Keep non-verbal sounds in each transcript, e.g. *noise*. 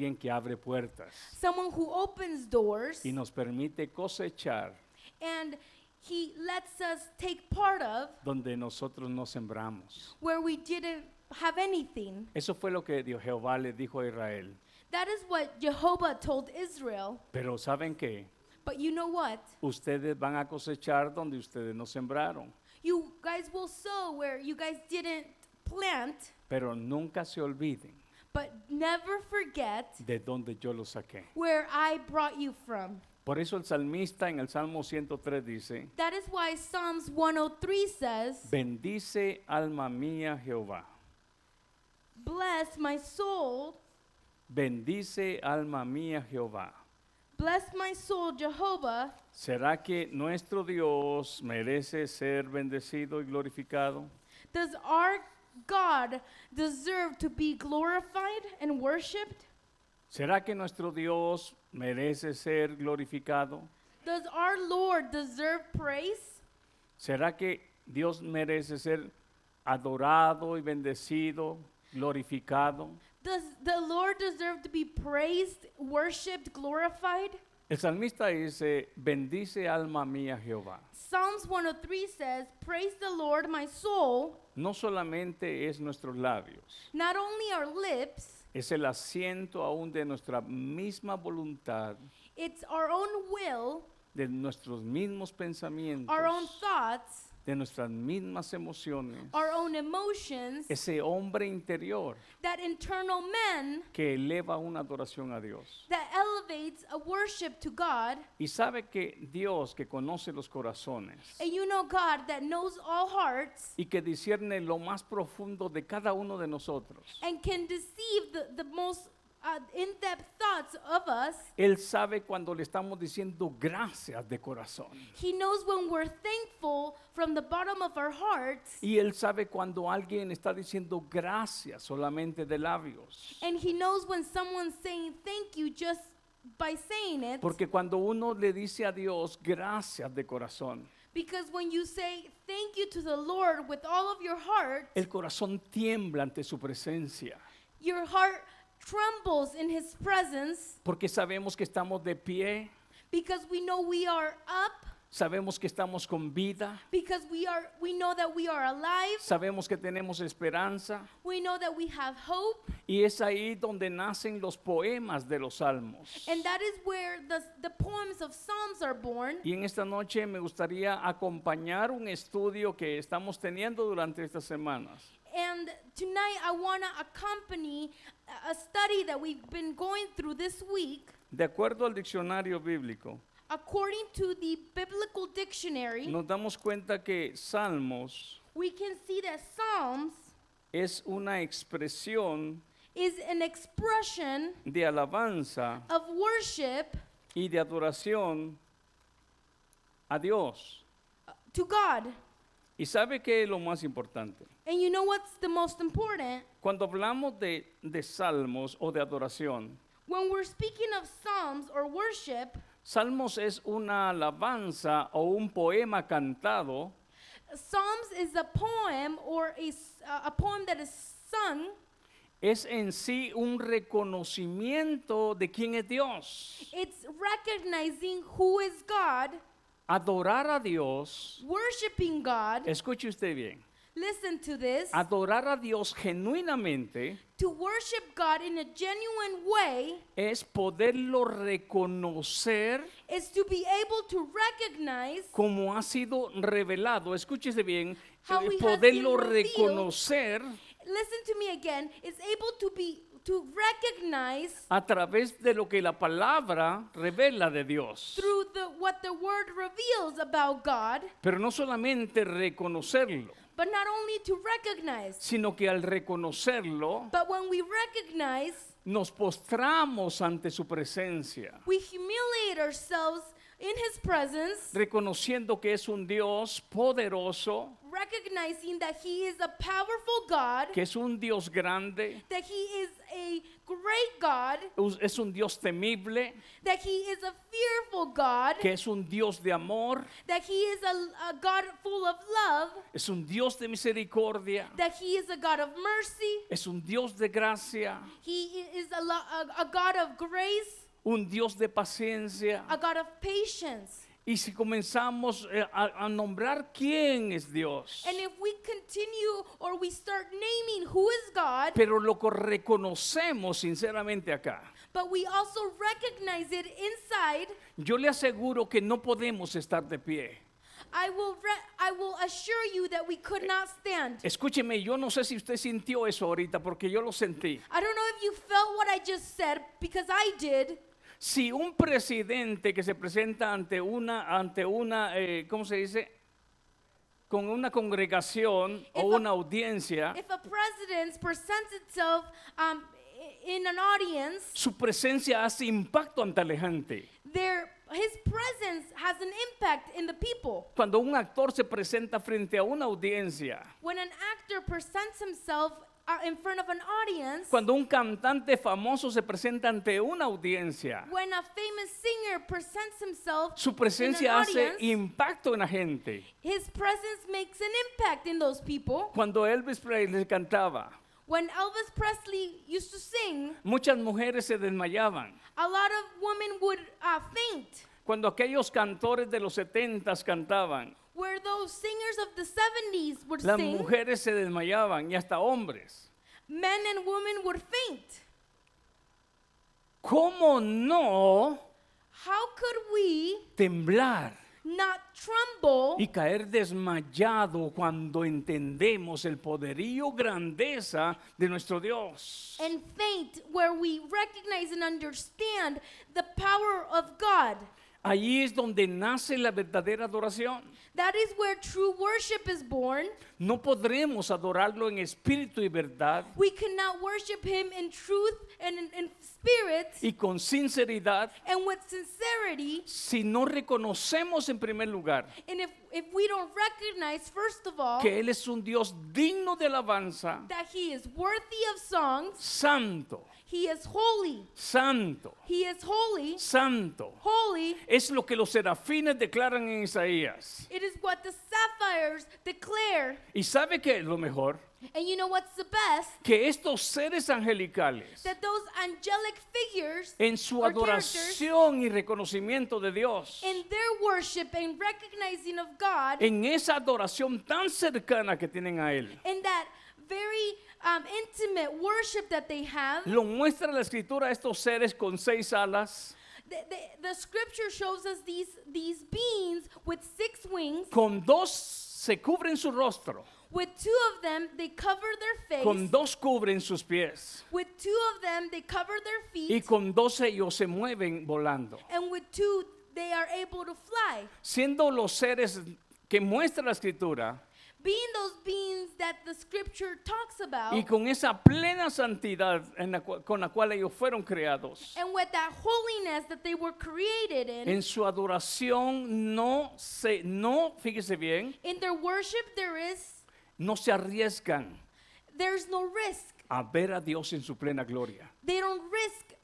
alguien que abre puertas someone who opens doors y nos permite cosechar and he lets us take part of donde nosotros no sembramos. where we didn't have anything. Eso fue lo que Dios Jehová le dijo a Israel. That is what Jehovah told Israel. Pero ¿saben qué? But you know what? Ustedes van a cosechar donde ustedes no sembraron. You guys will sow where you guys didn't plant, Pero nunca se olviden but never forget de donde yo los saqué. where I brought you from. Por eso el salmista en el Salmo 103 dice, That is why Psalms 103 says, bendice alma mía Jehová, Bless my soul, bendice alma mía Jehová. bless my soul, Jehovah. ¿Será que nuestro Dios merece ser bendecido y glorificado? Does our God deserve to be glorified and worshiped? ¿Será que nuestro Dios merece ser glorificado? Does our Lord deserve praise? ¿Será que Dios merece ser adorado y bendecido, glorificado? Does the Lord deserve to be praised, worshiped, glorified? El salmista dice, bendice alma mía Jehová. Psalms 103 says, Praise the Lord, my soul, No solamente es nuestros labios, not only our lips, es el asiento aún de nuestra misma voluntad, it's our own will, de nuestros mismos pensamientos, our own thoughts, de nuestras mismas emociones. our own emotions, Ese hombre interior that internal man que eleva una adoración a Dios. that elevates a worship to God. Y sabe que Dios que conoce los corazones And you know God that knows all hearts y que discierne lo más profundo de cada uno de nosotros. and can deceive the, the most uh, in depth thoughts of us. Él sabe cuando le estamos diciendo gracias de corazón. He knows when we're thankful from the bottom of our hearts. Y él sabe cuando alguien está diciendo gracias solamente de labios. And he knows when someone's saying thank you just by saying it. Porque cuando uno le dice a Dios gracias de corazón, Because when you say thank you to the Lord with all of your heart, el corazón tiembla ante su presencia. your heart trembles in his presence Porque sabemos que estamos de pie, because we know we are up, sabemos que estamos con vida, because we are we know that we are alive, sabemos que tenemos esperanza. we know that we have hope, Y es ahí donde nacen los poemas de los salmos. and that is where the the poems of Psalms are born. Y en esta noche me gustaría acompañar un estudio que estamos teniendo durante estas semanas. And tonight I want to accompany a- a study that we've been going through this week De acuerdo al diccionario bíblico, according to the biblical dictionary. nos damos cuenta que salmos We can see that Psalms es una expresión is an expression de alabanza of worship y de adoración a Dios. to God. Y sabe que es lo más importante. And you know what's the most important? Cuando hablamos de, de salmos o de adoración, When we're speaking of psalms or worship, Salmos es una alabanza o un poema cantado psalms is a poem or a, s- uh, a poem that is sung. es en sí un reconocimiento de quién es Dios. It's recognizing who is God, Adorar a Dios, worshiping God. escuche usted bien, Listen to this. adorar a Dios genuinamente To worship God in a genuine way es poderlo reconocer is to be able to recognize como ha sido revelado, escúchese bien, How eh, he has poderlo been revealed. reconocer listen to me again, is able to be to recognize a través de lo que la palabra revela de Dios. through the what the word reveals about God, Pero no solamente reconocerlo, but not only to recognize, sino que al reconocerlo but when we recognize, nos postramos ante su presencia, we humiliate ourselves in his presence, reconociendo que es un Dios poderoso recognizing that He is a powerful God, que es un Dios grande, that He is a great God, us- es un Dios temible, that He is a fearful God, que es un Dios de amor, that He is a, a God full of love, es un Dios de misericordia, that He is a God of mercy, es un Dios de gracia, He i- is a, lo- a, a God of grace, un Dios de paciencia. a God of patience. Y si comenzamos eh, a, a nombrar quién es Dios, And if we continue or we start naming who is God, pero lo que reconocemos sinceramente acá, but we also recognize it inside, yo le aseguro que no podemos estar de pie. I will re- I will assure you that we could not stand. Escúcheme, yo no sé si usted sintió eso ahorita, porque yo lo sentí. I don't know if you felt what I just said because I did. Si un presidente que se presenta ante una, ante una, eh, ¿cómo se dice? Con una congregación o If a- una audiencia, If a president presents itself um, i- in an audience, su presencia hace impacto ante la gente. their his presence has an impact in the people. Cuando un actor se presenta frente a una audiencia, When an actor presents himself uh, in front of an audience, cuando un cantante famoso se presenta ante una audiencia, when a famous singer presents himself su in an presencia hace audience, impacto en la gente. his presence makes an impact in those people. Cuando Elvis Presley cantaba, When Elvis Presley used to sing, muchas mujeres se desmayaban. a lot of women would uh, faint. Cuando aquellos cantores de los 70 cantaban, Where those singers of the 70s would las sing, mujeres se desmayaban y hasta hombres. men and women would faint. ¿Cómo no How could we temblar not tremble y caer desmayado cuando entendemos el poderío grandeza de nuestro Dios? and faint where we recognize and understand the power of God? Allí es donde nace la verdadera adoración. That is where true worship is born. No podremos adorarlo en espíritu y verdad We cannot worship Him in truth and in, in spirit y con sinceridad and with sincerity. si no reconocemos en primer lugar And if, if we don't recognize, first of all, que Él es un Dios digno de alabanza, that He is worthy of songs, santo, He is holy, santo, He is holy, santo. holy. Es lo que los serafines declaran en Isaías. It is what the sapphires declare. ¿Y sabe qué es lo mejor? And you know what's the best? Que estos seres angelicales, That those angelic figures, en su or characters, adoración y reconocimiento de Dios, in their worship and recognizing of God, en esa adoración tan cercana que tienen a Él, in that very um, intimate worship that they have, lo muestra la escritura a estos seres con seis alas, the, the, the scripture shows us these, these beings with six wings. con dos se cubren su rostro, With two of them, they cover their face. con dos cubren sus pies With two of them, they cover their y feet. con dos ellos se mueven volando, and with two, they are able to fly. siendo los seres que muestra la escritura Being those beings that the scripture talks about, y con esa plena santidad en la cua- con la cual ellos fueron creados. and with that holiness that they were created in, En su adoración no se, no, fíjese bien, in their worship, there is no se arriesgan there's no risk. a ver a Dios en su plena gloria. They don't risk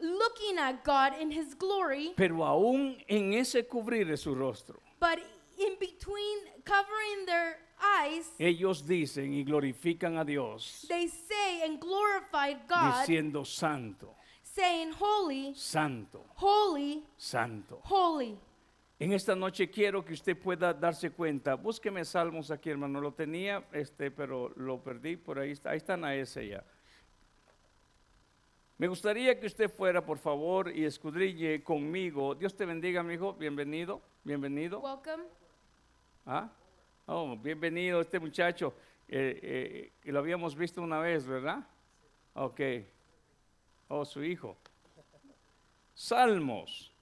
looking at God in His glory, Pero aún en ese cubrir de su rostro, but in between covering their eyes, ellos dicen y glorifican a Dios they say and glorified God, diciendo santo, saying, "Holy, santo, holy." santo. holy. En esta noche quiero que usted pueda darse cuenta. Búsqueme Salmos aquí, hermano. Lo tenía, este, pero lo perdí. Por ahí está. Ahí están a ese ya. Me gustaría que usted fuera, por favor, y escudrille conmigo. Dios te bendiga, mi hijo. Bienvenido, bienvenido. Welcome. ¿Ah? Oh, bienvenido este muchacho. eh, eh, que lo habíamos visto una vez, ¿verdad? Ok. Oh, su hijo. Salmos.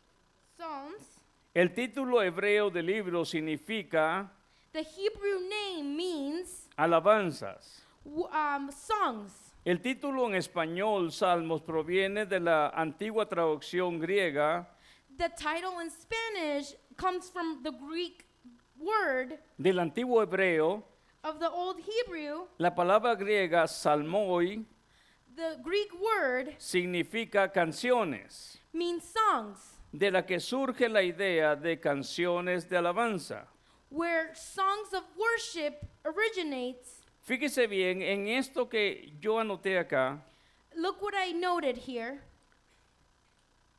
Psalms. El título hebreo del libro significa The Hebrew name means alabanzas. w- um, songs. El título en español, Salmos, proviene de la antigua traducción griega The title in Spanish comes from the Greek word del antiguo hebreo of the Old Hebrew, La palabra griega salmoi the Greek word significa canciones, means songs, de la que surge la idea de canciones de alabanza. where songs of worship originates. Fíjese bien en esto que yo anoté acá. Look what I noted here.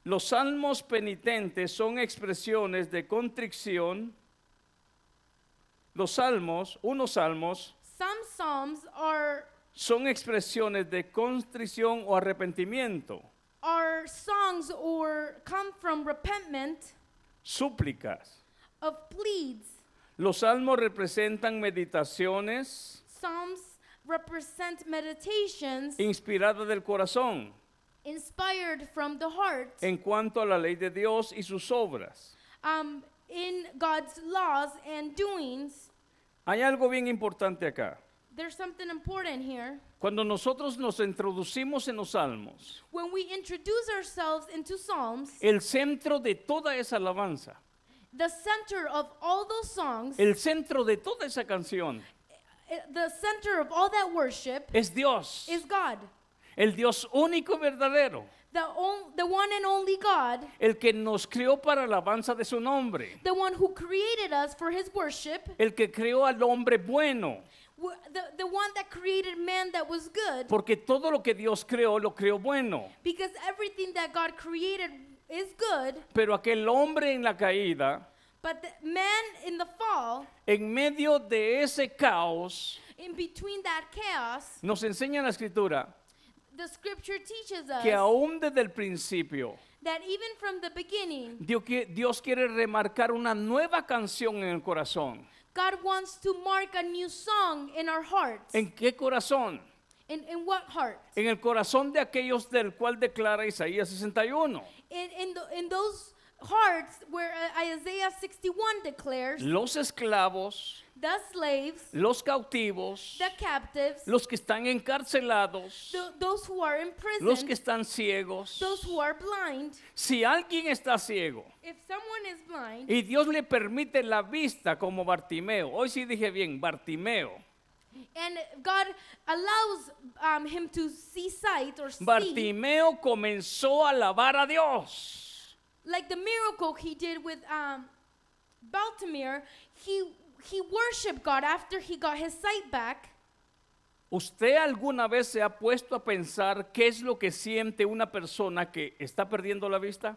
Los salmos penitentes son expresiones de contrición. Los salmos, unos salmos, Some psalms are son expresiones de contrición o arrepentimiento, are songs or come from repentment súplicas. of pleads. Los salmos representan meditaciones Psalms represent meditations inspiradas del corazón inspired from the heart en cuanto a la ley de Dios y sus obras. um, in God's laws and doings. Hay algo bien importante acá. There's something important here. Cuando nosotros nos introducimos en los salmos, When we introduce ourselves into Psalms, el centro de toda esa alabanza, the center of all those songs, el centro de toda esa canción eh, the center of all that worship es Dios, is God, el Dios único y verdadero, the, on, the one and only God, el que nos creó para alabanza de su nombre, the one who created us for his worship, el que creó al hombre bueno, w- the, the one that created man that was good, porque todo lo que Dios creó lo creó bueno, because everything that God created is good, pero aquel hombre en la caída, but the man in the fall, en medio de ese caos, in between that chaos, nos enseña la escritura the scripture teaches us que aún desde el principio that even from the beginning, Dios qui- Dios quiere remarcar una nueva canción en el corazón. God wants to mark a new song in our hearts. ¿En qué corazón? in, in what heart? En el corazón de aquellos del cual declara Isaías 61. In, in, the, in those hearts where uh, Isaiah 61 declares, Los esclavos, the slaves, los cautivos, the captives, los que están encarcelados, tho- those who are in prison, los que están ciegos. those who are blind. Si alguien está ciego If someone is blind, y Dios le permite la vista como Bartimeo, hoy sí dije bien, Bartimeo. and God allows um, him to see sight or see, Bartimeo comenzó a alabar a Dios. like the miracle he did with um, Baltimore, he, he worshiped God after he got his sight back. ¿Usted alguna vez se ha puesto a pensar qué es lo que siente una persona que está perdiendo la vista?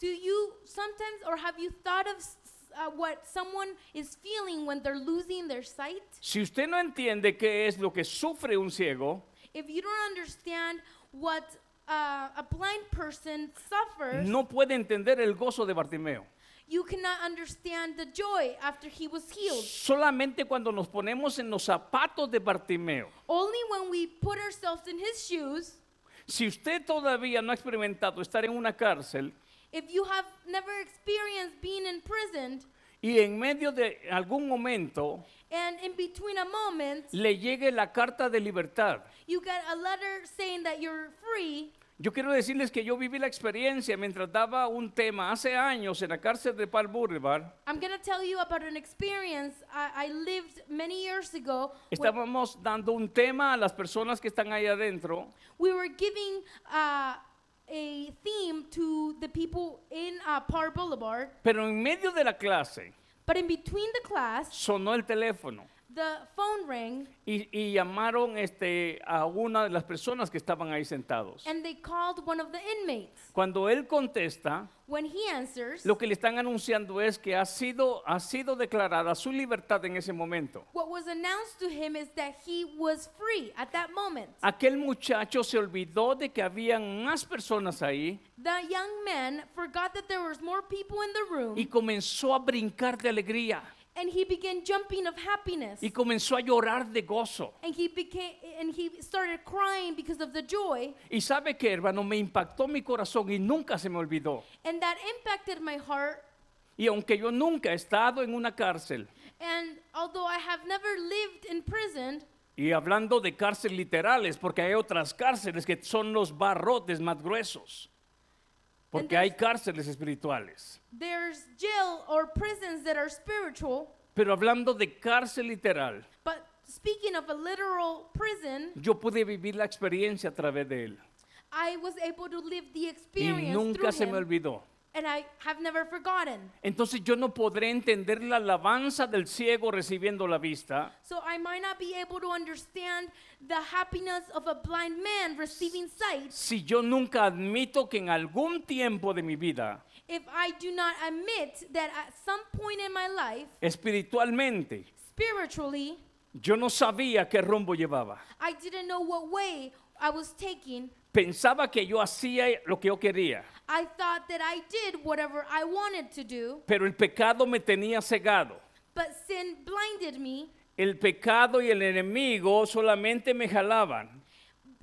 Do you sometimes, or have you thought of s- uh, what someone is feeling when they're losing their sight? Si usted no entiende qué es lo que sufre un ciego, If you don't understand what uh, a blind person suffers, no puede entender el gozo de Bartimeo. you cannot understand the joy after he was healed. Solamente cuando nos ponemos en los zapatos de Bartimeo. Only when we put ourselves in his shoes, Si usted todavía no ha experimentado estar en una cárcel if you have never experienced being imprisoned, y en medio de algún momento and in between a moment, le llegue la carta de libertad, you get a letter saying that you're free. Yo quiero decirles que yo viví la experiencia mientras daba un tema hace años en la cárcel de Pal Boulevard. I'm gonna tell you about an experience I, I lived many years ago. when Estábamos dando un tema a las personas que están ahí adentro we were giving uh, a theme to the people in uh, Par Boulevard, Pero en medio de la clase but in between the class, sonó el teléfono the phone rang y, y llamaron este, a una de las personas que estaban ahí sentados. and they called one of the inmates. Cuando él contesta, When he answers, lo que le están anunciando es que ha sido, ha sido declarada su libertad en ese momento. what was announced to him is that he was free at that moment. Aquel muchacho se olvidó de que habían más personas ahí The young man forgot that there was more people in the room, y comenzó a brincar de alegría and he began jumping of happiness. y comenzó a llorar de gozo. and he became and he started crying because of the joy Y sabe que, hermano, me impactó mi corazón y nunca se me olvidó. and that impacted my heart Y aunque yo nunca he estado en una cárcel, And although I have never lived in prison, y hablando de cárcel literales, porque hay otras cárceles que son los barrotes más gruesos, porque hay cárceles espirituales. there's jail or prisons that are spiritual, Pero hablando de cárcel literal, but speaking of a literal prison, Yo pude vivir la experiencia a través de él. I was able to live the Y experience nunca se through me him, olvidó. and I have never forgotten. Entonces yo no podré entender la alabanza del ciego recibiendo la vista So I might not be able to understand the happiness of a blind man receiving sight si yo nunca admito que en algún tiempo de mi vida, if I do not admit that at some point in my life, espiritualmente, spiritually, yo no sabía qué rumbo llevaba. I didn't know what way I was taking. Pensaba que yo hacía lo que yo quería, I thought that I did whatever I wanted to do, pero el pecado me tenía cegado. but sin blinded me. El pecado y el enemigo solamente me jalaban.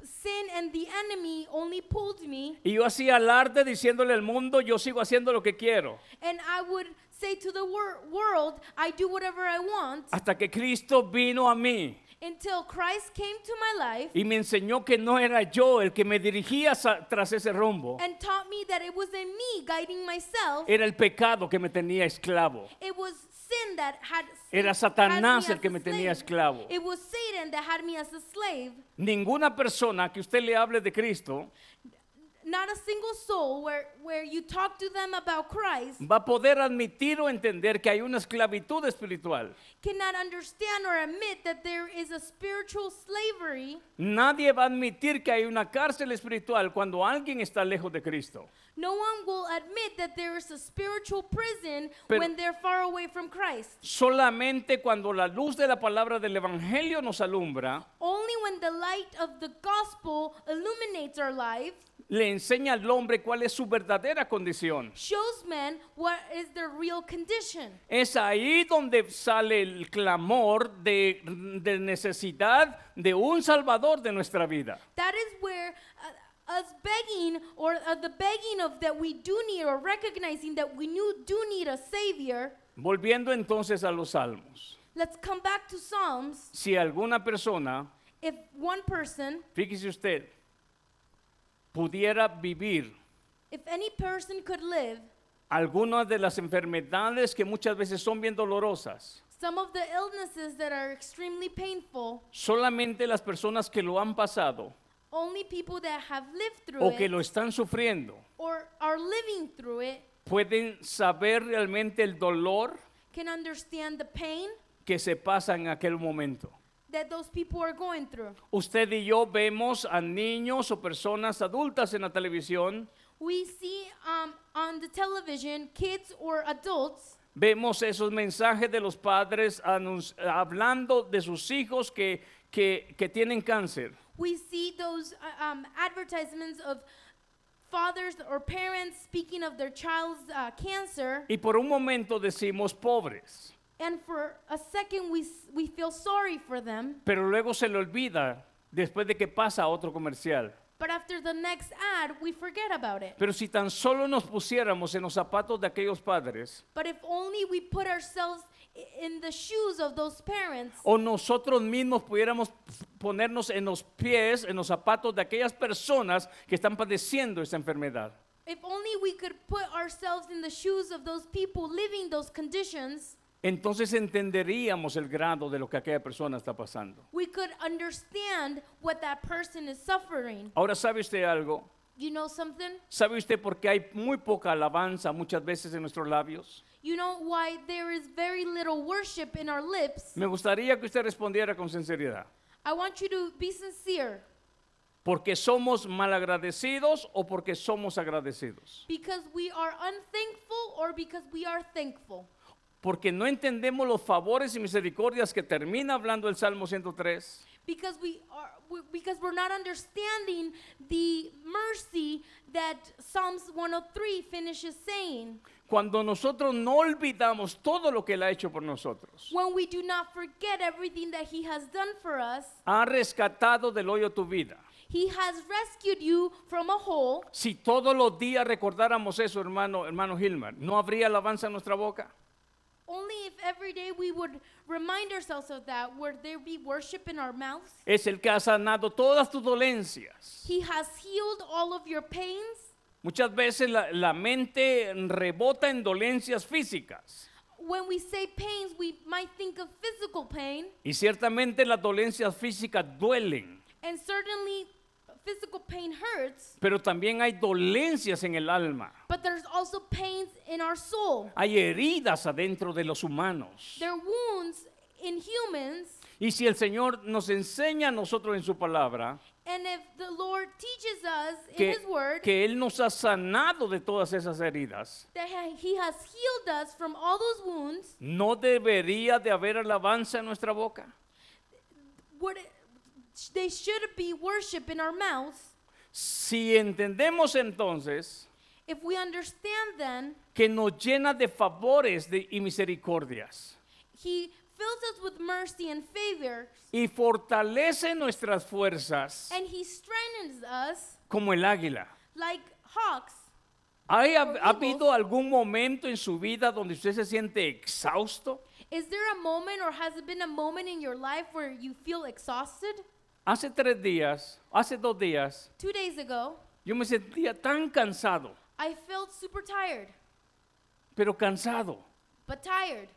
Sin and the enemy only pulled me, Y yo hacía alarde diciéndole al mundo, yo sigo haciendo lo que quiero. and I would say to the wor- world, I do whatever I want, Hasta que Cristo vino a mí until Christ came to my life y me enseñó que no era yo el que me dirigía sa- tras ese rumbo. and taught me that it wasn't me guiding myself. Era el pecado que me tenía esclavo. It was sin that had Era had me Satanás as el que a me tenía slave. esclavo. It was Satan that had me as a slave. Ninguna persona que usted le hable de Cristo Not a single soul where, where you talk to them about Christ va a poder admitir o entender que hay una esclavitud espiritual. cannot understand or admit that there is a spiritual slavery. Nadie va a admitir que hay una cárcel espiritual cuando alguien está lejos de Cristo. No one will admit that there is a spiritual prison Pero- when they're far away from Christ. Solamente cuando la luz de la palabra del Evangelio nos alumbra, Only when the light of the gospel illuminates our life, le enseña al hombre cuál es su verdadera condición. shows men what is their real condition. Es ahí donde sale el clamor de, de necesidad de un Salvador de nuestra vida. That is where uh, us begging or uh, the begging of that we do need or recognizing that we knew, do need a savior. Volviendo entonces a los salmos. Let's come back to Psalms. Si alguna persona, If one person, fíjese usted, pudiera vivir if any person could live algunas de las enfermedades que muchas veces son bien dolorosas, some of the illnesses that are extremely painful, solamente las personas que lo han pasado only people that have lived through o que it lo están sufriendo or are living through it pueden saber realmente el dolor can understand the pain que se pasa en aquel momento. that those people are going through. Usted y yo vemos a niños o personas adultas en la televisión, We see um, on the television kids or adults vemos esos mensajes de los padres anun- hablando de sus hijos que, que, que tienen cáncer. We see those uh, um, advertisements of fathers or parents speaking of their child's uh, cancer, Y por un momento decimos pobres, and for a second we, s- we feel sorry for them, pero luego se le olvida después de que pasa a otro comercial. but after the next ad, we forget about it. Pero si tan solo nos pusiéramos en los zapatos de aquellos padres, But if only we put ourselves i- in the shoes of those parents, o nosotros mismos pudiéramos ponernos en los pies, en los zapatos de aquellas personas que están padeciendo esa enfermedad. if only we could put ourselves in the shoes of those people living those conditions, Entonces entenderíamos el grado de lo que aquella persona está pasando. we could understand what that person is suffering. Ahora, ¿sabe usted algo? You know something? ¿Sabe usted por qué hay muy poca alabanza muchas veces en nuestros labios? You know why there is very little worship in our lips? Me gustaría que usted respondiera con sinceridad. I want you to be sincere ¿Porque somos malagradecidos o porque somos agradecidos? because we are unthankful or because we are thankful. Porque no entendemos los favores y misericordias que termina hablando el Salmo 103. Because we are we, because we're not understanding the mercy that Psalms 103 finishes saying. Cuando nosotros no olvidamos todo lo que Él ha hecho por nosotros. When we do not forget everything that he has done for us, Ha rescatado del hoyo tu vida. he has rescued you from a hole. Si todos los días recordáramos eso, hermano, hermano Gilmar, ¿no habría alabanza en nuestra boca? Only if every day we would remind ourselves of that, would there be worship in our mouths? Es el que ha sanado todas tus dolencias. He has healed all of your pains. Muchas veces la, la mente rebota en dolencias físicas. when we say pains, we might think of physical pain, Y ciertamente las dolencias físicas duelen, and certainly physical pain hurts, pero también hay dolencias en el alma. but there's also pains in our soul. Hay heridas adentro de los humanos. There are wounds in humans, Y si el Señor nos enseña a nosotros en su palabra and if the Lord teaches us in que, His Word que Él nos ha sanado de todas esas heridas, that ha- He has healed us from all those wounds, ¿no debería de haber alabanza en nuestra boca? would it, sh- they should be worship in our mouths. Si entendemos entonces If we understand then, que nos llena de favores de- y misericordias He fills us with mercy and favor, y fortalece nuestras fuerzas and He strengthens us como el águila. like hawks. ¿Hay, ha, Como ha vivos. habido algún momento en su vida donde usted se siente exhausto? Is there a moment or has it been a moment in your life where you feel exhausted? Hace tres días, hace dos días, Two days ago, yo me sentía tan cansado, I felt super tired, pero cansado. but tired.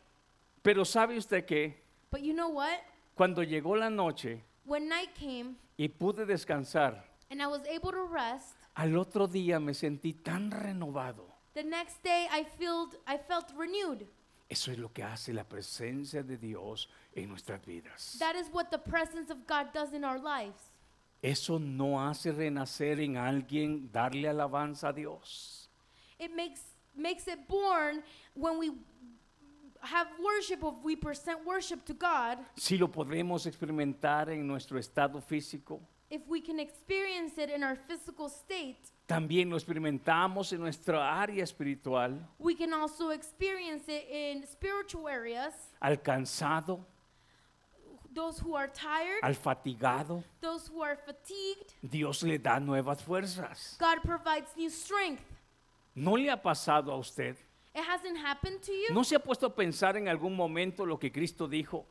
Pero sabe usted que But you know what? cuando llegó la noche When night came y pude descansar, and I was able to rest, al otro día me sentí tan renovado. the next day I felt I felt renewed. Eso es lo que hace la presencia de Dios en nuestras vidas. That is what the presence of God does in our lives. Eso no hace renacer en alguien darle alabanza a Dios. It makes makes it born when we have worship or we present worship to God. Si lo podemos experimentar en nuestro estado físico, If we can experience it in our physical state, también lo experimentamos en nuestra área espiritual, we can also experience it in spiritual areas. al cansado, Those who are tired, al fatigado. those who are fatigued, Dios le da nuevas fuerzas. God provides new strength. ¿No le ha pasado a usted? It hasn't happened to you? ¿No se ha puesto a pensar en algún momento lo que Cristo dijo?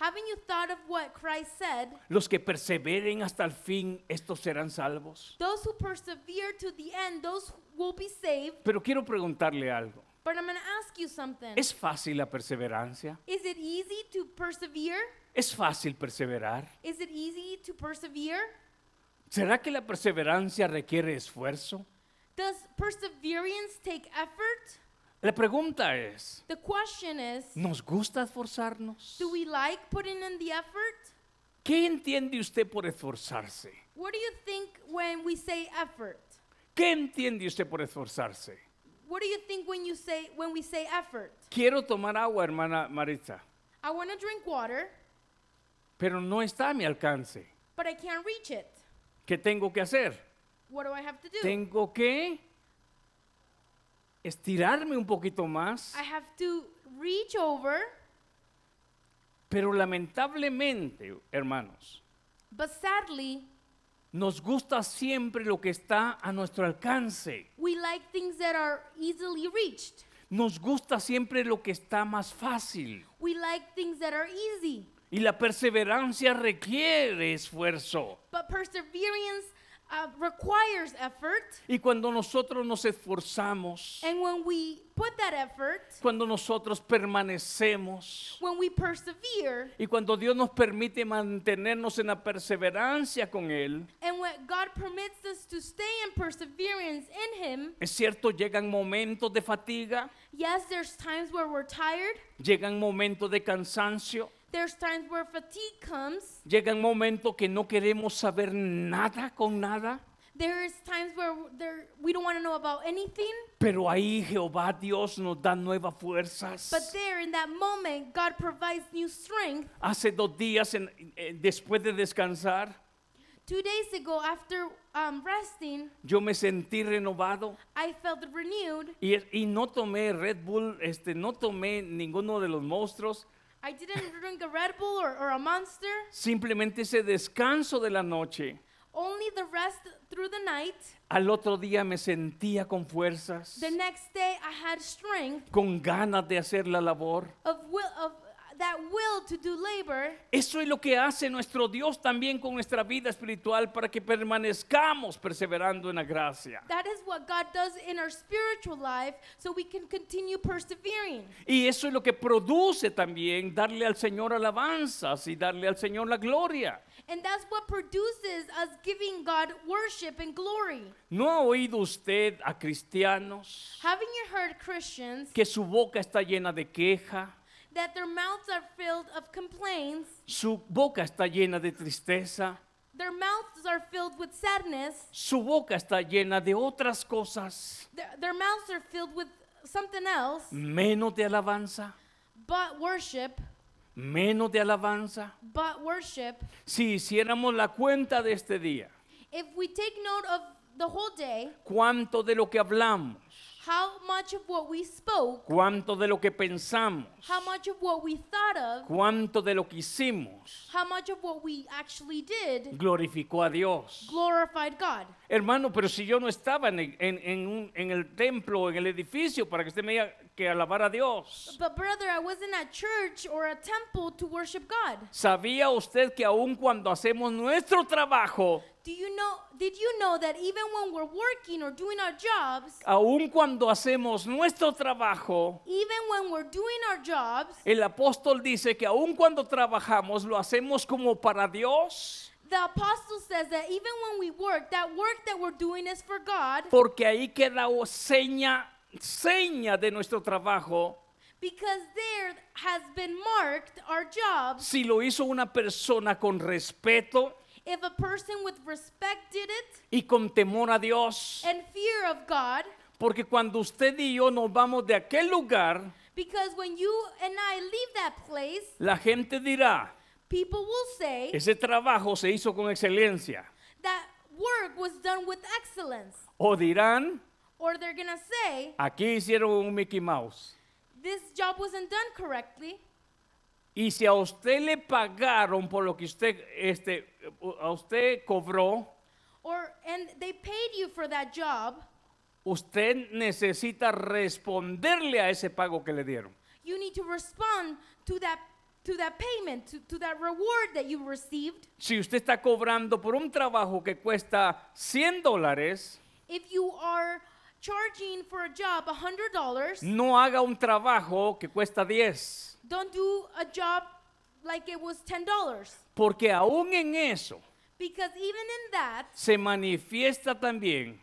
Haven't you thought of what Christ said? Los que perseveren hasta el fin, estos serán salvos. Those who persevere to the end, those who will be saved. Pero quiero preguntarle algo. But I'm going to ask you something. ¿Es fácil la perseverancia? Is it easy to persevere? ¿Es fácil perseverar? Is it easy to persevere? ¿Será que la perseverancia requiere esfuerzo? Does perseverance take effort? La pregunta es, The question is, ¿nos gusta esforzarnos? do we like putting in the effort? ¿Qué entiende usted por esforzarse? What do you think when we say effort? ¿Qué entiende usted por esforzarse? What do you think when you say when we say effort? Quiero tomar agua, hermana Maritza, I want to drink water, pero no está a mi alcance. but I can't reach it. ¿Qué tengo que hacer? What do I have to do? Tengo que estirarme un poquito más, I have to reach over, pero lamentablemente, hermanos, but sadly, nos gusta siempre lo que está a nuestro alcance. we like things that are easily reached. Nos gusta siempre lo que está más fácil. We like things that are easy. Y la perseverancia requiere esfuerzo. But perseverance uh, requires effort. Y cuando nosotros nos esforzamos, And when we put that effort, cuando nosotros permanecemos when we persevere, y cuando Dios nos permite mantenernos en la perseverancia con Él, and when God permits us to stay in perseverance in Him, es cierto, llegan momentos de fatiga, yes, there's times where we're tired, llegan momentos de cansancio, there's times where fatigue comes, llegan momentos que no queremos saber nada con nada, there is times where there, we don't want to know about anything. pero ahí Jehová Dios nos da nuevas But fuerzas. there, in that moment, God provides new strength. Hace dos días, en- eh, después de descansar, Two days ago, after um, resting, yo me sentí renovado. I felt renewed. Y, es- y no tomé Red Bull, este, no tomé ninguno de los monstruos. I didn't *laughs* drink a Red Bull or, or a Monster, Simplemente ese descanso de la noche. only the rest through the night. Al otro día me sentía con fuerzas, The next day, I had strength con ganas de hacer la labor. of will of that will to do labor, Eso es lo que hace nuestro Dios también con nuestra vida espiritual para que permanezcamos perseverando en la gracia. that is what God does in our spiritual life so we can continue persevering. Y eso es lo que produce también darle al Señor alabanzas y darle al Señor la gloria. And that's what produces us giving God worship and glory. ¿No ha oído usted a cristianos Haven't you heard Christians que su boca está llena de queja, that their mouths are filled of complaints, su boca está llena de tristeza, their mouths are filled with sadness, su boca está llena de otras cosas, their, their mouths are filled with something else menos de alabanza, but worship, menos de alabanza? but worship. Si hiciéramos la cuenta de este día, If we take note of the whole day, cuánto de lo que hablamos, how much of what we spoke, cuánto de lo que pensamos, how much of what we thought of, cuánto de lo que hicimos, how much of what we actually did glorificó a Dios. glorified God. Hermano, pero si yo no estaba en el, en- en un- en el templo, en el edificio, para que usted me diga que alabar a Dios. But brother, I wasn't at church or a temple to worship God. ¿Sabía usted que aun cuando hacemos nuestro trabajo, Do you know did you know that even when we're working or doing our jobs, aun cuando hacemos nuestro trabajo, even when we're doing our jobs, el apóstol dice que aun cuando trabajamos lo hacemos como para Dios? the apostle says that even when we work, that work that we're doing is for God Porque ahí queda o- seña, seña de nuestro trabajo. because there has been marked our jobs. Si lo hizo una persona con respeto If a person with respect did it y con temor a Dios. and fear of God, Porque cuando usted y yo nos vamos de aquel lugar, because when you and I leave that place, la gente dirá, people will say ese trabajo se hizo con excelencia. that work was done with excellence. O dirán, Or they're going to say, aquí hicieron un Mickey Mouse. this job wasn't done correctly. Y si a usted le pagaron por lo que usted, este, a usted cobró, Or, and they paid you for that job. usted necesita responderle a ese pago que le dieron. You need to respond to that, to that payment, to, to that reward that you received. Si usted está cobrando por un trabajo que cuesta 100 dólares, If you are charging for a job $100, no haga un trabajo que cuesta 10. don't do a job like it was $10. Porque aún en eso Because even in that, se manifiesta también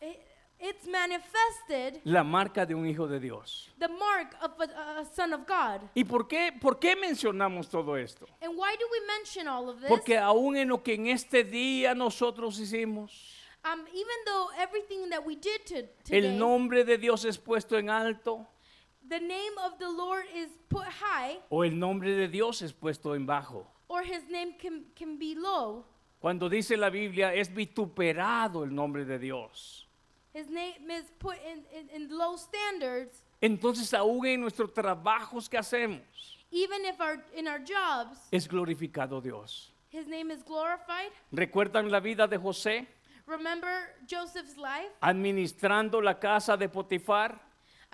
it, it's manifested la marca de un hijo de Dios. the mark of a, a son of God. ¿Y por qué, por qué mencionamos todo esto? And why do we mention all of this? Porque aún en lo que en este día nosotros hicimos, um, even though everything that we did to, today, el nombre de Dios es puesto en alto the name of the Lord is put high, o el nombre de Dios es puesto en bajo. or his name can, can be low. Cuando dice la Biblia, es vituperado el nombre de Dios. His name is put in, in, in low standards, Entonces aún en nuestros trabajos que hacemos, even if our in our jobs, es glorificado Dios. his name is glorified. ¿Recuerdan la vida de José? Remember Joseph's life, administrando la casa de Potifar,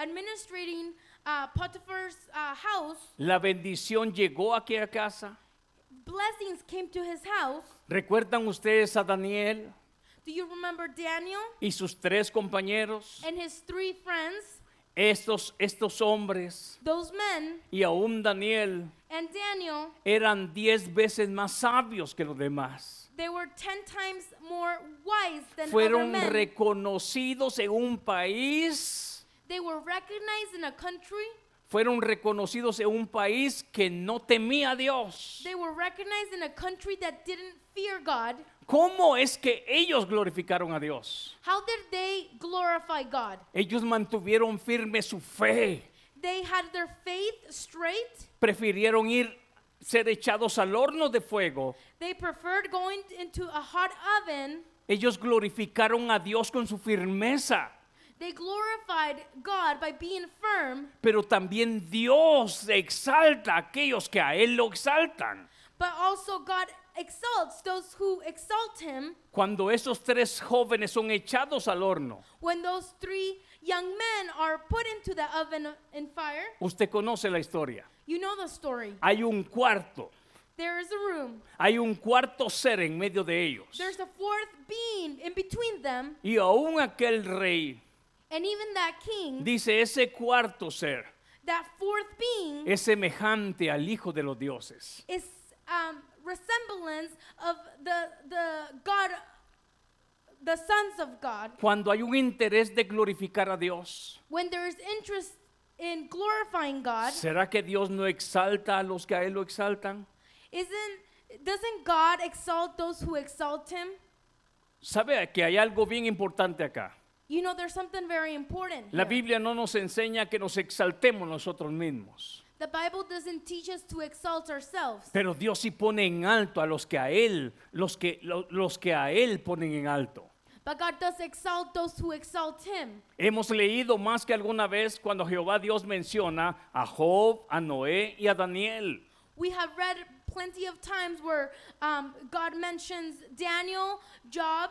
administrating uh, Potiphar's uh, house, la bendición llegó a aquella casa. blessings came to his house. ¿Recuerdan ustedes a Daniel Do you remember Daniel y sus tres compañeros? and his three friends, Estos, estos hombres those men, y aún Daniel and Daniel? eran diez veces más sabios que los demás. They were ten times more wise than other Fueron men. reconocidos en un país, they were recognized in a country. fueron reconocidos en un país que no temía a Dios. They were recognized in a country that didn't fear God. ¿Cómo es que ellos glorificaron a Dios? How did they glorify God? Ellos mantuvieron firme su fe. They had their faith straight. Prefirieron ir ser echados al horno de fuego. They preferred going into a hot oven. Ellos glorificaron a Dios con su firmeza. They glorified God by being firm, Pero también Dios exalta a aquellos que a Él lo exaltan. but also God exalts those who exalt him, Cuando esos tres jóvenes son echados al horno, when those three young men are put into the oven in fire, usted conoce la historia. you know the story. Hay un cuarto, There is a room. hay un cuarto ser en medio de ellos. There's a fourth being in between them, Y aún aquel rey and even that king, dice, ese cuarto ser that fourth being es semejante al Hijo de los Dioses. is um, resemblance of the the God, the sons of God. Cuando hay un interés de glorificar a Dios, When there is interest in glorifying God, ¿será que Dios no exalta a los que a Él lo exaltan? isn't doesn't God exalt those who exalt Him? Sabe que hay algo bien importante acá. You know, there's something very important. La here. Biblia no nos enseña que nos exaltemos nosotros mismos, The Bible doesn't teach us to exalt *laughs* ourselves, pero Dios sí pone en alto a los que a él, los que lo- los que a él ponen en alto. but God does exalt those who exalt Him. Hemos leído más que alguna vez cuando Jehová Dios menciona a Job, a Noé y a Daniel. We have read plenty of times where um, God mentions Daniel, Job.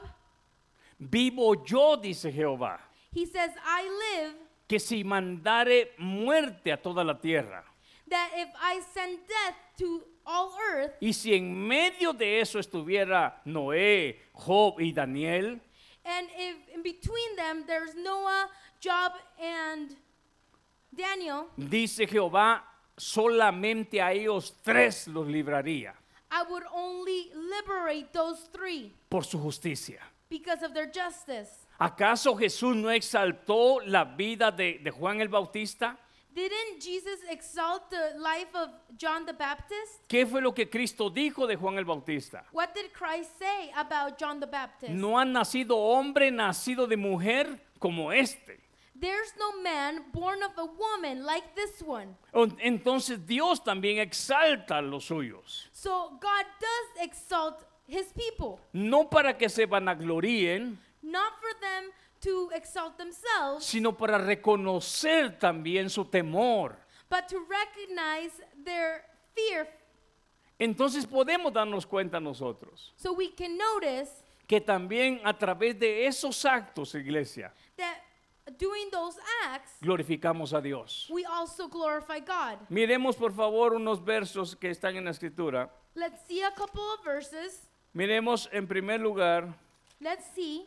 Vivo yo, dice Jehová, He says, I live que si mandare muerte a toda la tierra that if I send death to all earth, y si en medio de eso estuviera Noé, Job y Daniel, and if in between them there's Noah, Job, and Daniel, Dice Jehová, solamente a ellos tres los libraría I would only liberate those three por su justicia. because of their justice. ¿Acaso Jesús no exaltó la vida de, de Juan el Bautista? Didn't Jesus exalt the life of John the Baptist? ¿Qué fue lo que Cristo dijo de Juan el Bautista? What did Christ say about John the Baptist? No ha nacido hombre nacido de mujer como este. There's no man born of a woman like this one. On- Entonces Dios también exalta a los suyos. So God does exalt his people, No para que se vanagloríen, not for them to exalt themselves, sino para reconocer también su temor. but to recognize their fear Entonces podemos darnos cuenta nosotros. so we can notice que también a través de esos actos, iglesia, that doing those acts, glorificamos a Dios. we also glorify God. Miremos por favor unos versos que están en la escritura. Let's see a couple of verses. Miremos en primer lugar, Let's see.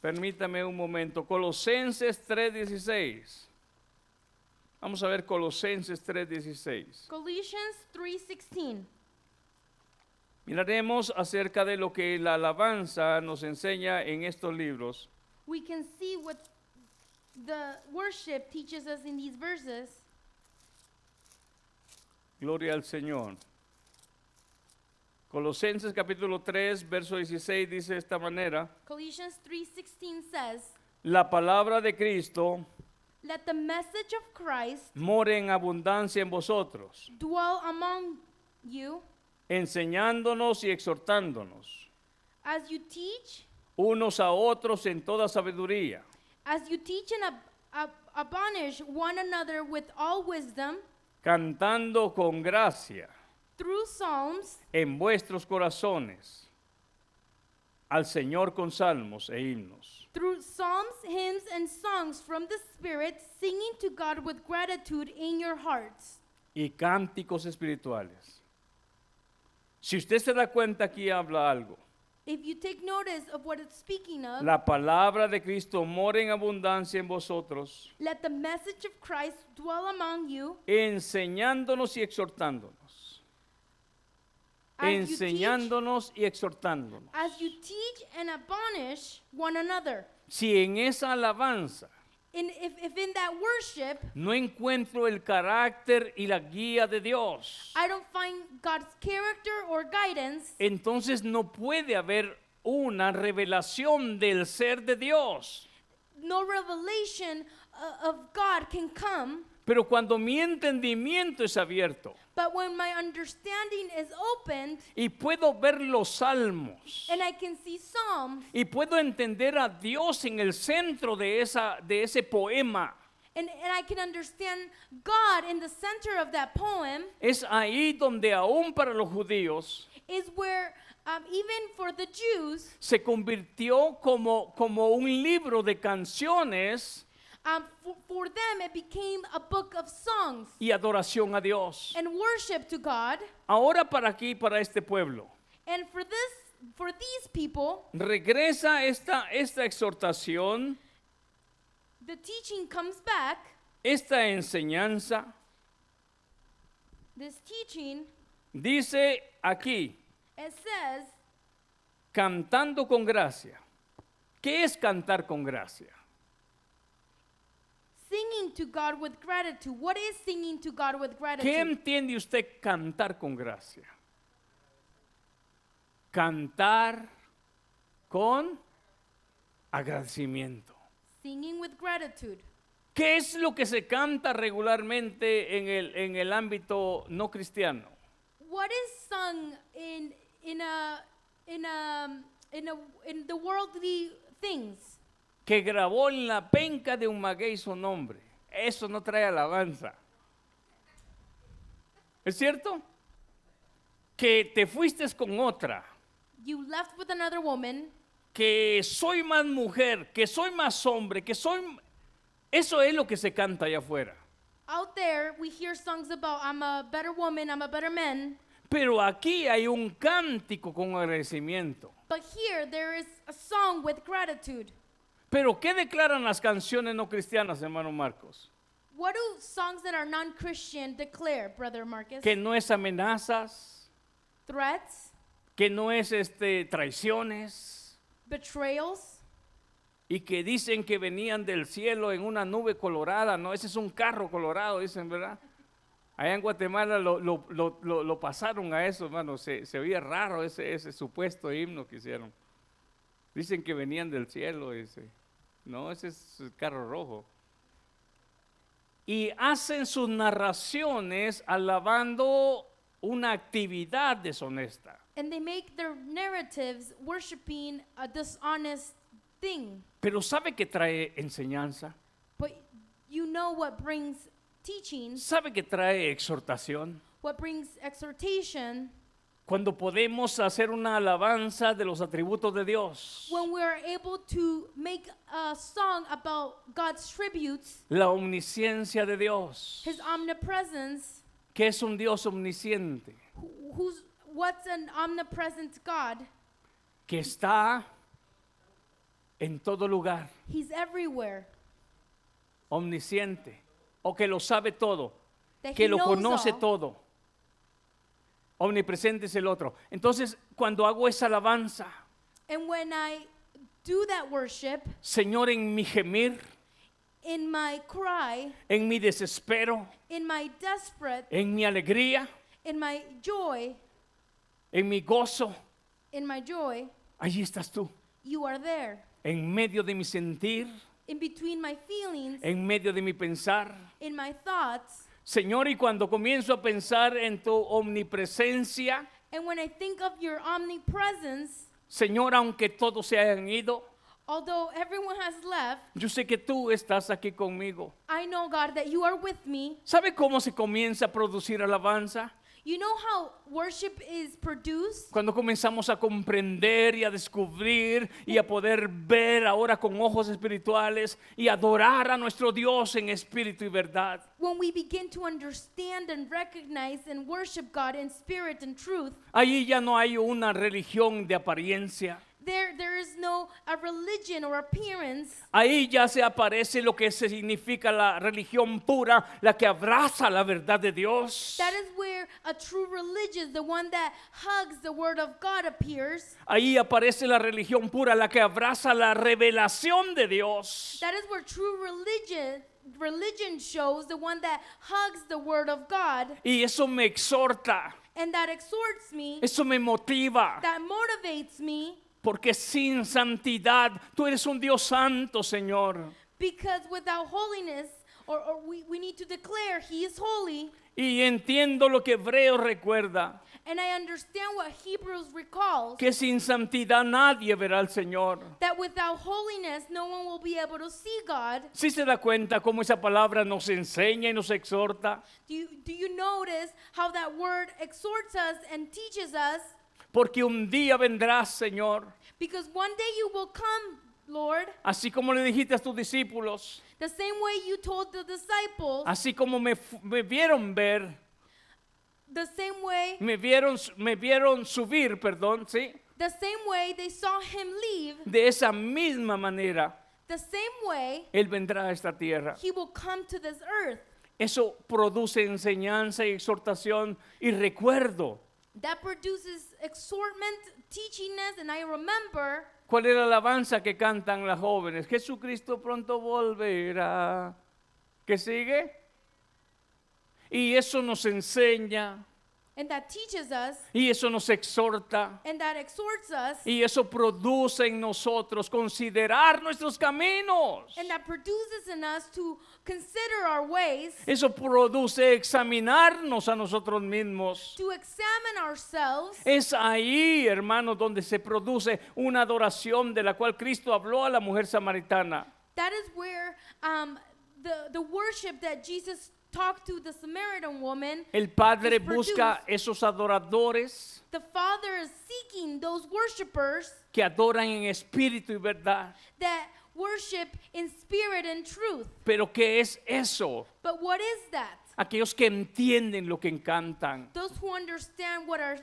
permítame un momento, Colosenses 3:16. Vamos a ver Colosenses 3:16. Galatians 3:16. Miraremos acerca de lo que la alabanza nos enseña en estos libros. We can see what the worship teaches us in these verses. Gloria al Señor. Colosenses capítulo 3, verso 16 dice de esta manera. Galatians 3:16 says, La palabra de Cristo "Let the message of Christ more en abundancia en vosotros, dwell among you enseñándonos y exhortándonos as you teach, unos a otros en toda sabiduría, as you teach and ab- ab- admonish one another with all wisdom cantando con gracia through psalms en vuestros corazones al Señor con salmos e himnos. through psalms, hymns, and songs from the Spirit, singing to God with gratitude in your hearts, y cánticos espirituales. Si usted se da cuenta, aquí habla algo. if you take notice of what it's speaking of, La palabra de Cristo mora en abundancia en vosotros, let the message of Christ dwell among you enseñándonos y exhortándonos. as you, teach, Enseñándonos y exhortándonos. as you teach and admonish one another. Si en esa alabanza And if, if in that worship no encuentro el carácter y la guía de Dios, I don't find God's character or guidance, entonces no puede haber una revelación del ser de Dios. no revelation uh, of God can come. Pero cuando mi entendimiento es abierto, But when my understanding is opened y puedo ver los salmos and I can see Psalms, y puedo entender a Dios en el centro de, esa, de ese poema. And, and I can understand God in the center of that poem Es ahí donde aún para los judíos is where, um, even for the Jews, se convirtió como, como un libro de canciones um, for, for them it became a book of songs y adoración a Dios. and worship to God. Ahora para aquí, para este pueblo, And for this, for these people, regresa esta, esta exhortación, the teaching comes back. esta enseñanza. This teaching, Dice aquí, it says, cantando con gracia. ¿Qué es cantar con gracia? singing to God with gratitude. What is singing to God with ¿Qué gratitude? entiende usted cantar con gracia? Cantar con agradecimiento. Singing with gratitude. ¿Qué es lo que se canta regularmente en el, en el ámbito no cristiano? What is sung in in a in a in a in the worldly things? Que grabó en la penca de un maguey su nombre. Eso no trae alabanza. ¿Es cierto? Que te fuiste con otra, You left with another woman. que soy más mujer, que soy más hombre, que soy... Eso es lo que se canta allá afuera. Out there, we hear songs about I'm a better woman, I'm a better man. Pero aquí hay un cántico con agradecimiento. But here, there is a song with gratitude. Pero ¿qué declaran las canciones no cristianas, hermano Marcos? What do songs that are non-Christian declare, brother Marcus? que no es amenazas, Threats, que no es este, traiciones, betrayals. y que dicen que venían del cielo en una nube colorada, no, ese es un carro colorado, dicen, ¿verdad? Allá en Guatemala lo, lo- lo- lo- lo pasaron a eso, hermano, se, se oía raro ese, ese supuesto himno que hicieron. Dicen que venían del cielo, ese. No, ese es el carro rojo. Y hacen sus narraciones alabando una actividad deshonesta. And they make their narratives worshiping a dishonest thing. Pero sabe que trae enseñanza, But you know what brings teaching, sabe que trae exhortación. what brings exhortation, Cuando podemos hacer una alabanza de los atributos de Dios, when we are able to make a song about God's tributes, la omnisciencia de Dios, His omnipresence, que es un Dios omnisciente, who- who's what's an omnipresent God? que está en todo lugar, He's everywhere. omnisciente, o que lo sabe todo, That que he lo knows conoce all. todo. Omnipresente es el otro. Entonces, cuando hago esa alabanza, And when I do that worship Señor, en mi gemir, in my cry, en mi desespero, in my desperate, en mi alegría, in my joy, en mi gozo, in my joy, allí estás tú. you are there. En medio de mi sentir, In between my feelings, en medio de mi pensar. in my thoughts, Señor, y cuando comienzo a pensar en tu omnipresencia, and when I think of your omnipresence, Señor, aunque todos se hayan ido, although everyone has left, yo sé que tú estás aquí conmigo. I know, God, that you are with me. ¿Sabe cómo se comienza a producir alabanza? You know how worship is produced? Cuando comenzamos a comprender y a descubrir y a poder ver ahora con ojos espirituales y adorar a nuestro Dios en espíritu y verdad. When we begin to understand and recognize and worship God in spirit and truth, Allí ya no hay una religión de apariencia. There, there is no a religion or appearance. Ahí ya se aparece lo que se significa la religión pura, la que abraza la verdad de Dios. That is where a true religion, the one that hugs the word of God, appears. Ahí aparece la religión pura, la que abraza la revelación de Dios. That is where true religion, religion shows, the one that hugs the word of God, Y eso me exhorta, and that exhorts me, eso me motiva, that motivates me, porque sin santidad tú eres un Dios santo, Señor. because without holiness, or, or we, we need to declare He is holy. Y entiendo lo que Hebreo recuerda, And I understand what Hebrews recalls que sin santidad nadie verá al Señor. that without holiness, no one will be able to see God. Si se da cuenta cómo esa palabra nos enseña y nos exhorta, Do you, do you notice how that word exhorts us and teaches us? porque un día vendrás, Señor, Because one day you will come, Lord, así como le dijiste a tus discípulos, the same way you told the disciples, así como me, fu- me vieron ver, the same way, me vieron, su- me vieron subir, perdón, ¿sí? the same way they saw him leave, De esa misma manera, the same way Él vendrá a esta tierra. he will come to this earth. Eso produce enseñanza y exhortación y recuerdo. That produces exhortment, teaching us, and I remember ¿Cuál era la alabanza que cantan las jóvenes? Jesucristo pronto volverá. ¿Qué sigue? Y eso nos enseña, and that teaches us y eso nos exhorta, and that exhorts us y eso produce en nosotros considerar nuestros caminos. and that produces in us to consider our ways, Eso produce examinarnos a nosotros mismos. to examine ourselves. Es ahí, hermanos, donde se produce una adoración de la cual Cristo habló a la mujer samaritana. That is where um, the, the worship that Jesus talked to the Samaritan woman, El Padre It's produced. busca esos adoradores the Father is seeking those worshipers que adoran en espíritu y verdad. that worship in spirit and truth. Pero ¿qué es eso? But what is that? Aquellos que entienden lo que cantan, Those who understand what are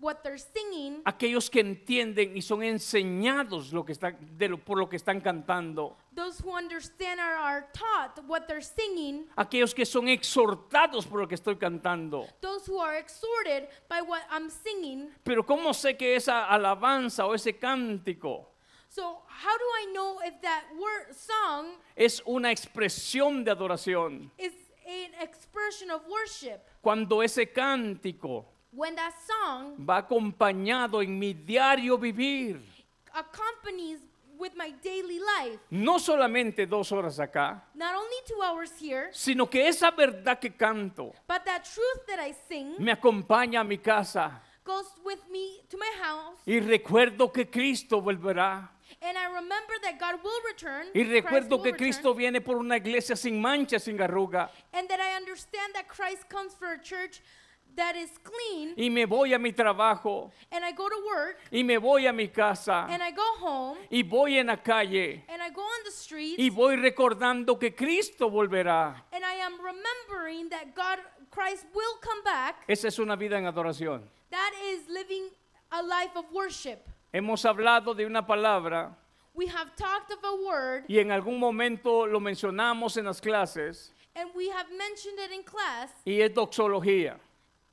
what they're singing, aquellos que entienden y son enseñados lo que están, de lo- por lo que están cantando, those who understand are, are taught what they're singing, aquellos que son exhortados por lo que estoy cantando. those who are exhorted by what I'm singing. Pero ¿cómo sé que esa alabanza o ese cántico So how do I know if that word song es una expresión de adoración? is an expression of worship? Cuando ese cántico When that song va acompañado en mi diario vivir. accompanies with my daily life, no solamente dos horas acá, not only two hours here, sino que esa verdad que canto but that truth that I sing me acompaña a mi casa goes with me to my house, y recuerdo que Cristo volverá. and I remember that God will return. Y Christ recuerdo will que return, Cristo viene por una iglesia sin mancha, sin arruga. and that I understand that Christ comes for a church that is clean, Y me voy a mi trabajo, and I go to work, y me voy a mi casa, and I go home, y voy en la calle, and I go on the streets, y voy recordando que Cristo volverá. and I am remembering that God, Christ will come back. Esa es una vida en adoración. That is living a life of worship. Hemos hablado de una palabra We have talked of a word y en algún momento lo mencionamos en las clases And we have mentioned it in class, y es doxología.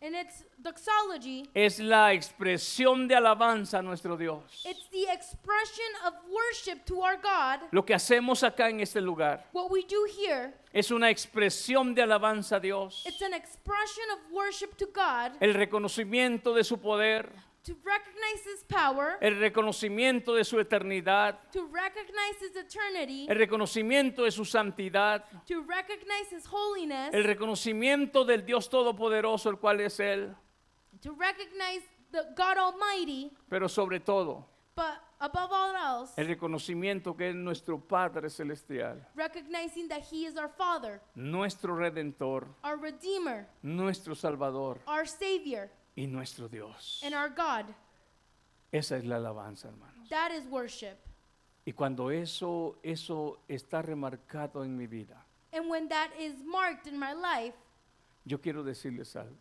and it's doxology. es la expresión de alabanza a nuestro Dios. It's the expression of worship to our God. Lo que hacemos acá en este lugar What we do here, es una expresión de alabanza a Dios. it's an expression of worship to God El reconocimiento de su poder, to recognize His power, el reconocimiento de su eternidad, to recognize His eternity, el reconocimiento de su santidad, to recognize His el holiness, reconocimiento del Dios Todopoderoso, el cual es Él. to recognize the God Almighty, Pero sobre todo, but above all else, el reconocimiento que es nuestro Padre Celestial, recognizing that He is our Father, nuestro Redentor, our Redeemer, nuestro Salvador our Savior, y nuestro Dios. and our God. Esa es la alabanza, hermano. That is worship. Y cuando eso, eso está remarcado en mi vida, And when that is marked in my life, yo quiero decirles algo.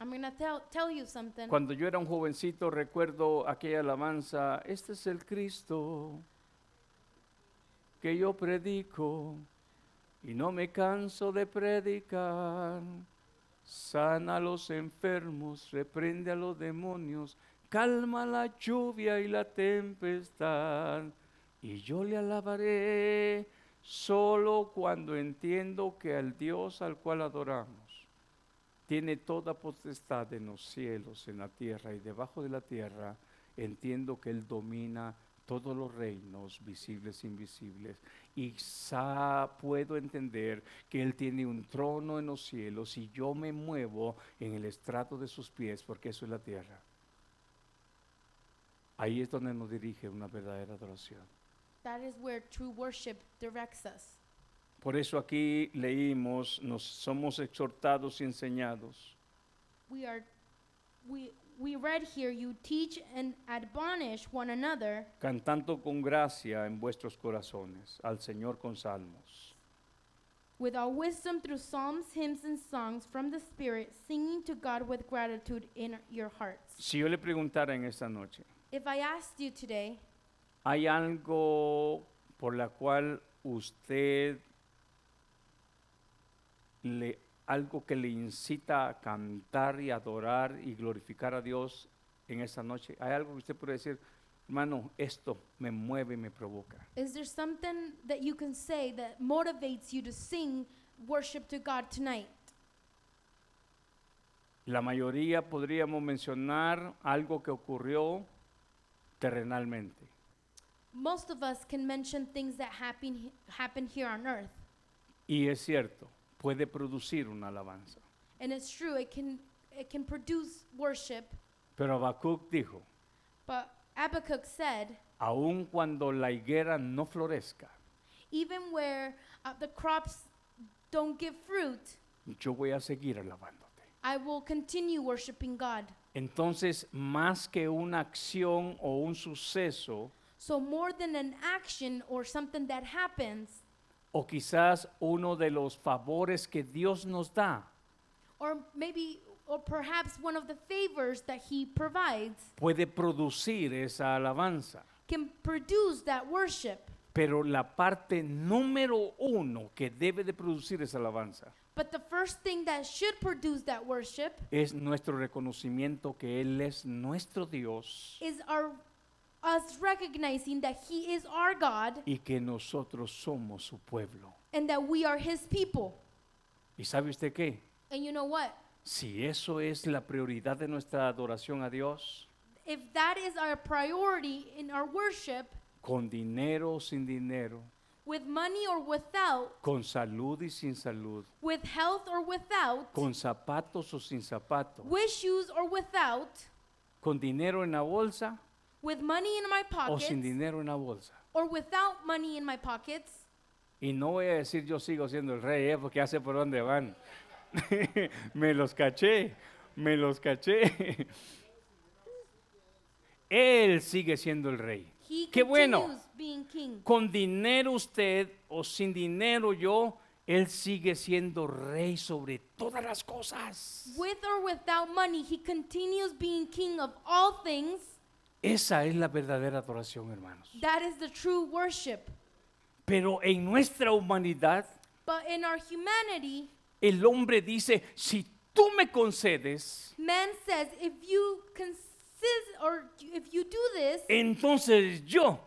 I'm going to tell, tell you something. Cuando yo era un jovencito recuerdo aquella alabanza, este es el Cristo que yo predico y no me canso de predicar. Sana a los enfermos, reprende a los demonios, calma la lluvia y la tempestad. Y yo le alabaré solo cuando entiendo que al Dios al cual adoramos tiene toda potestad en los cielos, en la tierra y debajo de la tierra, entiendo que Él domina todos los reinos, visibles e invisibles. Y sa- puedo entender que Él tiene un trono en los cielos y yo me muevo en el estrato de sus pies, porque eso es la tierra. Ahí es donde nos dirige una verdadera adoración. That is where true worship directs us. Por eso aquí leímos, nos somos exhortados y enseñados. We are we we read here you teach and admonish one another cantando con gracia en vuestros corazones al Señor con salmos. with all wisdom through psalms, hymns and songs from the spirit, singing to God with gratitude in your hearts. Si yo le preguntara en esta noche, If I asked you today, ¿hay algo por la cual usted le algo que le incita a cantar y adorar y glorificar a Dios en esta noche? ¿Hay algo que usted puede decir, hermano, esto me mueve y me provoca? is there something that you can say that motivates you to sing worship to God tonight? La mayoría podríamos mencionar algo que ocurrió terrenalmente. Most of us can mention things that happen he- happen here on earth, Y es cierto, puede producir una alabanza. and it's true it can it can produce worship, Pero Habacuc dijo, but Habakkuk said, aun cuando la higuera no florezca, even where uh, the crops don't give fruit, yo voy a seguir alabándote. I will continue worshiping God. Entonces, más que una acción o un suceso, So more than an action or something that happens, o quizás uno de los favores que Dios nos da, or maybe or perhaps one of the favors that he provides puede producir esa alabanza. can produce that worship. Pero la parte número uno que debe de producir esa alabanza But the first thing that should produce that worship es nuestro reconocimiento que Él es nuestro Dios. is our us recognizing that he is our God y que nosotros somos su pueblo. and that we are his people. ¿Y sabe usted qué? And you know what? Si eso es la prioridad de nuestra adoración a Dios, If that is our priority in our worship, con dinero o sin dinero, with money or without, con salud y sin salud, with health or without, con zapatos o sin zapatos, with shoes or without, con dinero en la bolsa with money in my o sin pockets dinero en la bolsa. or without money in my pockets. Y no voy a decir yo sigo siendo el rey, ¿eh? porque hace por dónde van. *laughs* me los caché, me los caché. *laughs* Él sigue siendo el rey. He Qué bueno. continues being king. con dinero usted o sin dinero yo, Él sigue siendo rey sobre todas las cosas. With or without money, he continues being king of all things. Esa es la verdadera adoración, hermanos. That is the true worship. Pero en nuestra humanidad, But in our humanity, el hombre dice, si tú me concedes, man says, if you consist or if you do this, entonces yo.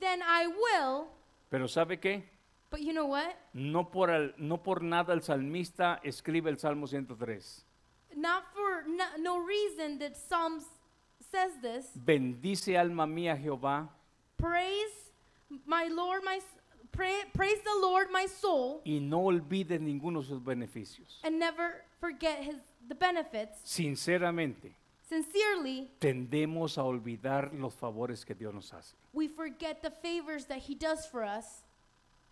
then I will. Pero ¿sabe qué? But you know what? No por, al- no por nada el salmista escribe el Salmo 103. Not for no, no reason that Psalms says this. Bendice alma mía Jehová Praise my Lord, my s- pray, praise the Lord, my soul, y no olvide ninguno de sus beneficios. and never forget his the benefits. Sinceramente, Sincerely, tendemos a olvidar los favores que Dios nos hace. we forget the favors that he does for us.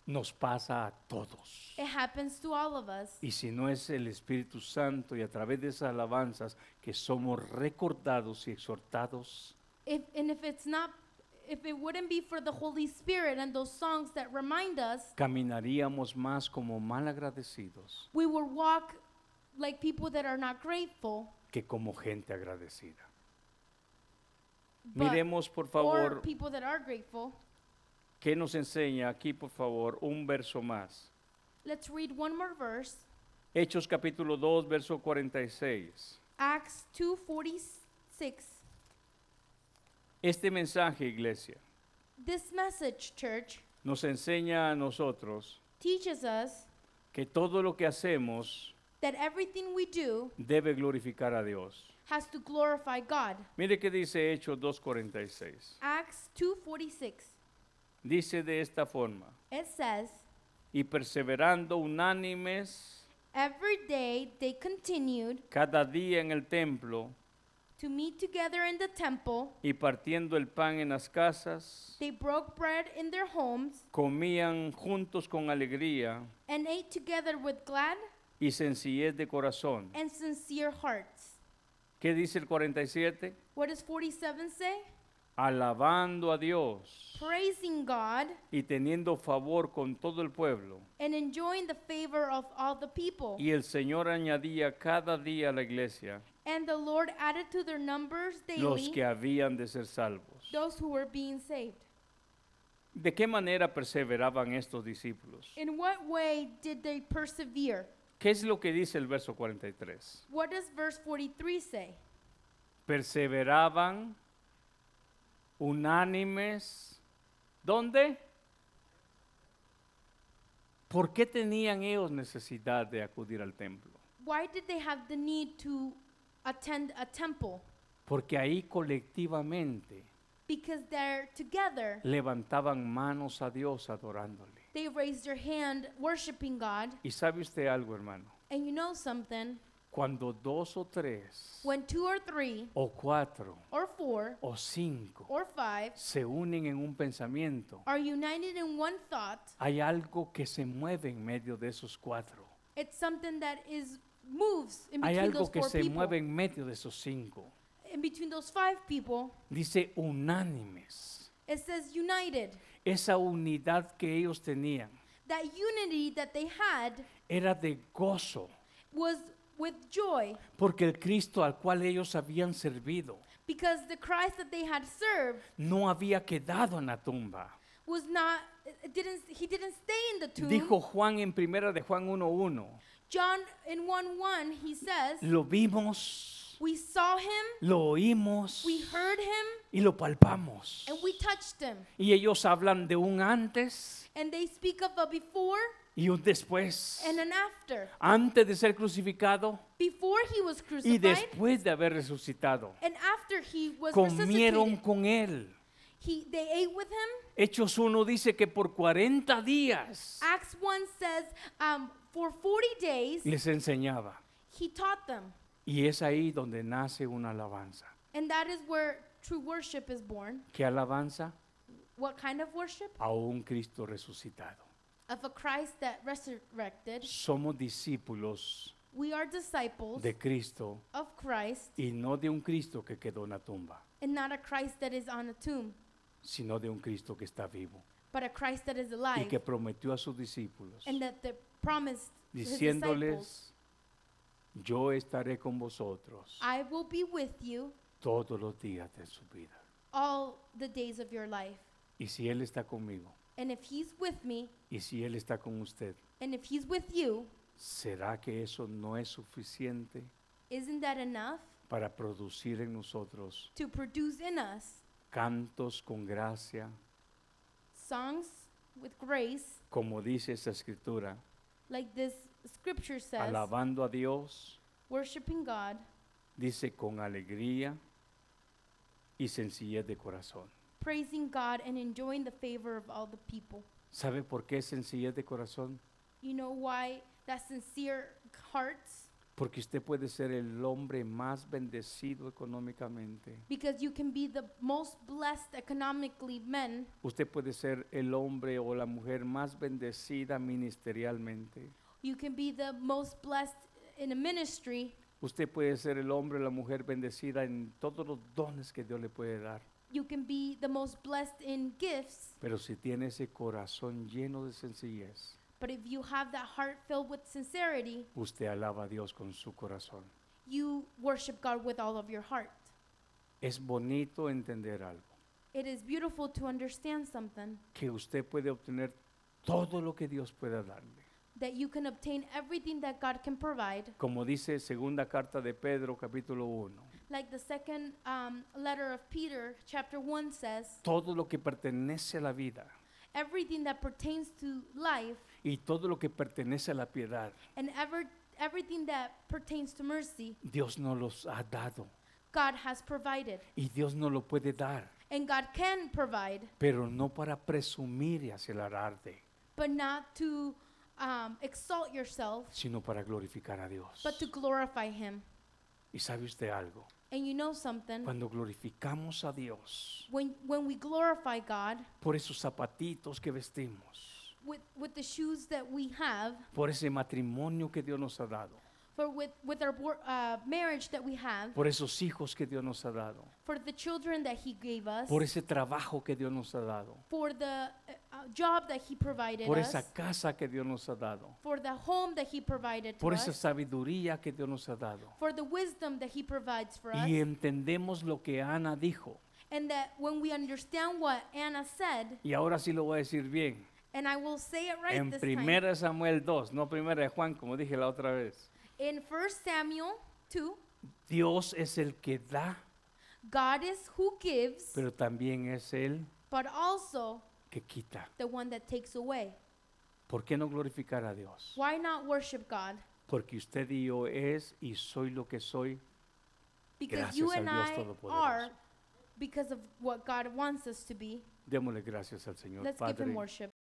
Nos pasa a todos. It happens to all of us. Y si no es el Espíritu Santo y a través de esas alabanzas que somos recordados y exhortados, If and if it's not if it wouldn't be for the Holy Spirit and those songs that remind us, caminaríamos más como mal agradecidos we will walk like people that are not grateful. que como gente agradecida. but- Miremos por or favor people that are grateful. qué nos enseña aquí por favor un verso más. Let's read one more verse. Hechos capítulo 2 verso 46. Acts 2:46. Este mensaje, iglesia, This message, church, nos enseña a nosotros teaches us que todo lo que hacemos that everything we do debe glorificar a Dios. has to glorify God. Mire qué dice Hechos 2.46. Acts 2:46. Dice de esta forma, It says, y perseverando unánimes "Every day they continued cada día en el templo to meet together in the temple. y partiendo el pan en las casas, They broke bread in their homes comían juntos con alegría and ate together with glad y sencillez de corazón. and sincere hearts." ¿Qué dice el 47? What does 47 say? Alabando a Dios Praising God y teniendo favor con todo el pueblo. and enjoying the favor of all the people. Y el Señor añadía cada día a la iglesia And the Lord added to their numbers los daily que habían de ser salvos. those who were being saved. ¿De qué manera perseveraban estos discípulos? In what way did they persevere? ¿Qué es lo que dice el verso 43? What does verse 43 say? Perseveraban unánimes. ¿Dónde? ¿Por qué tenían ellos necesidad de acudir al templo? Why did they have the need to attend a temple? Porque ahí colectivamente Because they're together. levantaban manos a Dios adorándole. They raised their hand worshiping God. Y sabe usted algo, hermano, And you know something? cuando dos o tres When two or three, o cuatro or four, o cinco or five se unen en un pensamiento, are united in one thought, hay algo que se mueve en medio de esos cuatro. it's something that is moves in Hay between those algo que four se people. mueve en medio de esos cinco. In between those five people, Dice unánimes. it says united. Esa unidad que ellos tenían That unity that they had era de gozo, was with joy porque el Cristo al cual ellos habían servido because the Christ that they had served no había quedado en la tumba. was not it didn't he didn't stay in the tomb. Dijo Juan en primera de Juan 1:1, John in 1 1 he says, lo vimos, We saw him, lo oímos we heard him, y lo palpamos. and we touched him. Y ellos hablan de un antes And they speak of a before y un después. and an after. Antes de ser crucificado Before he was y crucified después de haber resucitado. and after he was Comieron resuscitated. con él. He they ate with him. Hechos 1 dice que por 40 días Acts 1 says, um, for 40 days les enseñaba. he taught them. Y es ahí donde nace una alabanza. And that is where true worship is born. ¿Qué alabanza? What kind of worship? A un Cristo resucitado. Of a Christ that resurrected. Somos discípulos We are disciples de Cristo of Christ y no de un Cristo que quedó en la tumba, and not a Christ that is on a tomb, sino de un Cristo que está vivo but a Christ that is y alive que prometió a sus discípulos and that the promised his disciples, diciéndoles, yo estaré con vosotros I will be with you todos los días de su vida. all the days of your life. Y si Él está conmigo And if he's with me y si Él está con usted, and if he's with you, ¿será que eso no es suficiente isn't that enough para producir en nosotros to produce in us cantos con gracia, songs with grace, como dice esa escritura, like this scripture says, alabando a Dios, worshiping God, dice con alegría y sencillez de corazón. praising God, and enjoying the favor of all the people? ¿Sabe por qué sencillez de corazón? You know why that sincere hearts? Porque usted puede ser el hombre más bendecido económicamente. Because you can be the most blessed economically men. Usted puede ser el hombre o la mujer más bendecida ministerialmente. You can be the most blessed in a ministry. Usted puede ser el hombre o la mujer bendecida en todos los dones que Dios le puede dar. You can be the most blessed in gifts. Pero si tiene ese corazón lleno de sencillez, But if you have that heart filled with sincerity, usted alaba a Dios con su corazón. you worship God with all of your heart. Es bonito entender algo, It is beautiful to understand something que usted puede obtener todo lo que Dios pueda darle. that you can obtain everything that God can provide. Como dice segunda carta de Pedro capítulo 1. Like the second um, letter of Peter, chapter 1 says, todo lo que pertenece a la vida everything that pertains to life y todo lo que pertenece a la piedad and ever everything that pertains to mercy, Dios nos los ha dado God has provided. y Dios nos lo puede dar, And God can provide, pero no para presumir y hacer alarde, but not to um, exalt yourself, sino para glorificar a Dios. but to glorify Him. Y sabe usted algo, And you know something? cuando glorificamos a Dios When, when we glorify God por esos zapatitos que vestimos, with, with the shoes that we have, por ese matrimonio que Dios nos ha dado, for with, with our wor- uh, marriage that we have, por esos hijos que Dios nos ha dado, for the children that He gave us, por ese trabajo que Dios nos ha dado, for the uh, uh, job that He provided por us, esa casa que Dios nos ha dado, for the home that He provided por to esa us, sabiduría que Dios nos ha dado. for the wisdom that He provides for us. Y entendemos lo que Ana dijo. And that when we understand what Anna said, Y ahora sí lo voy a decir bien. and I will say it right En this time, primera Samuel 2, no primera de Juan, como dije la otra vez. in 1 Samuel 2, Dios es el que da, God is who gives, pero también es el but also que quita. the one that takes away. ¿Por qué no glorificar a Dios? Why not worship God? Porque usted y yo es y soy lo que soy. Because Gracias you al and Dios I Todopoderoso. are because of what God wants us to be. Démosle gracias al Señor Let's give Padre. Him worship.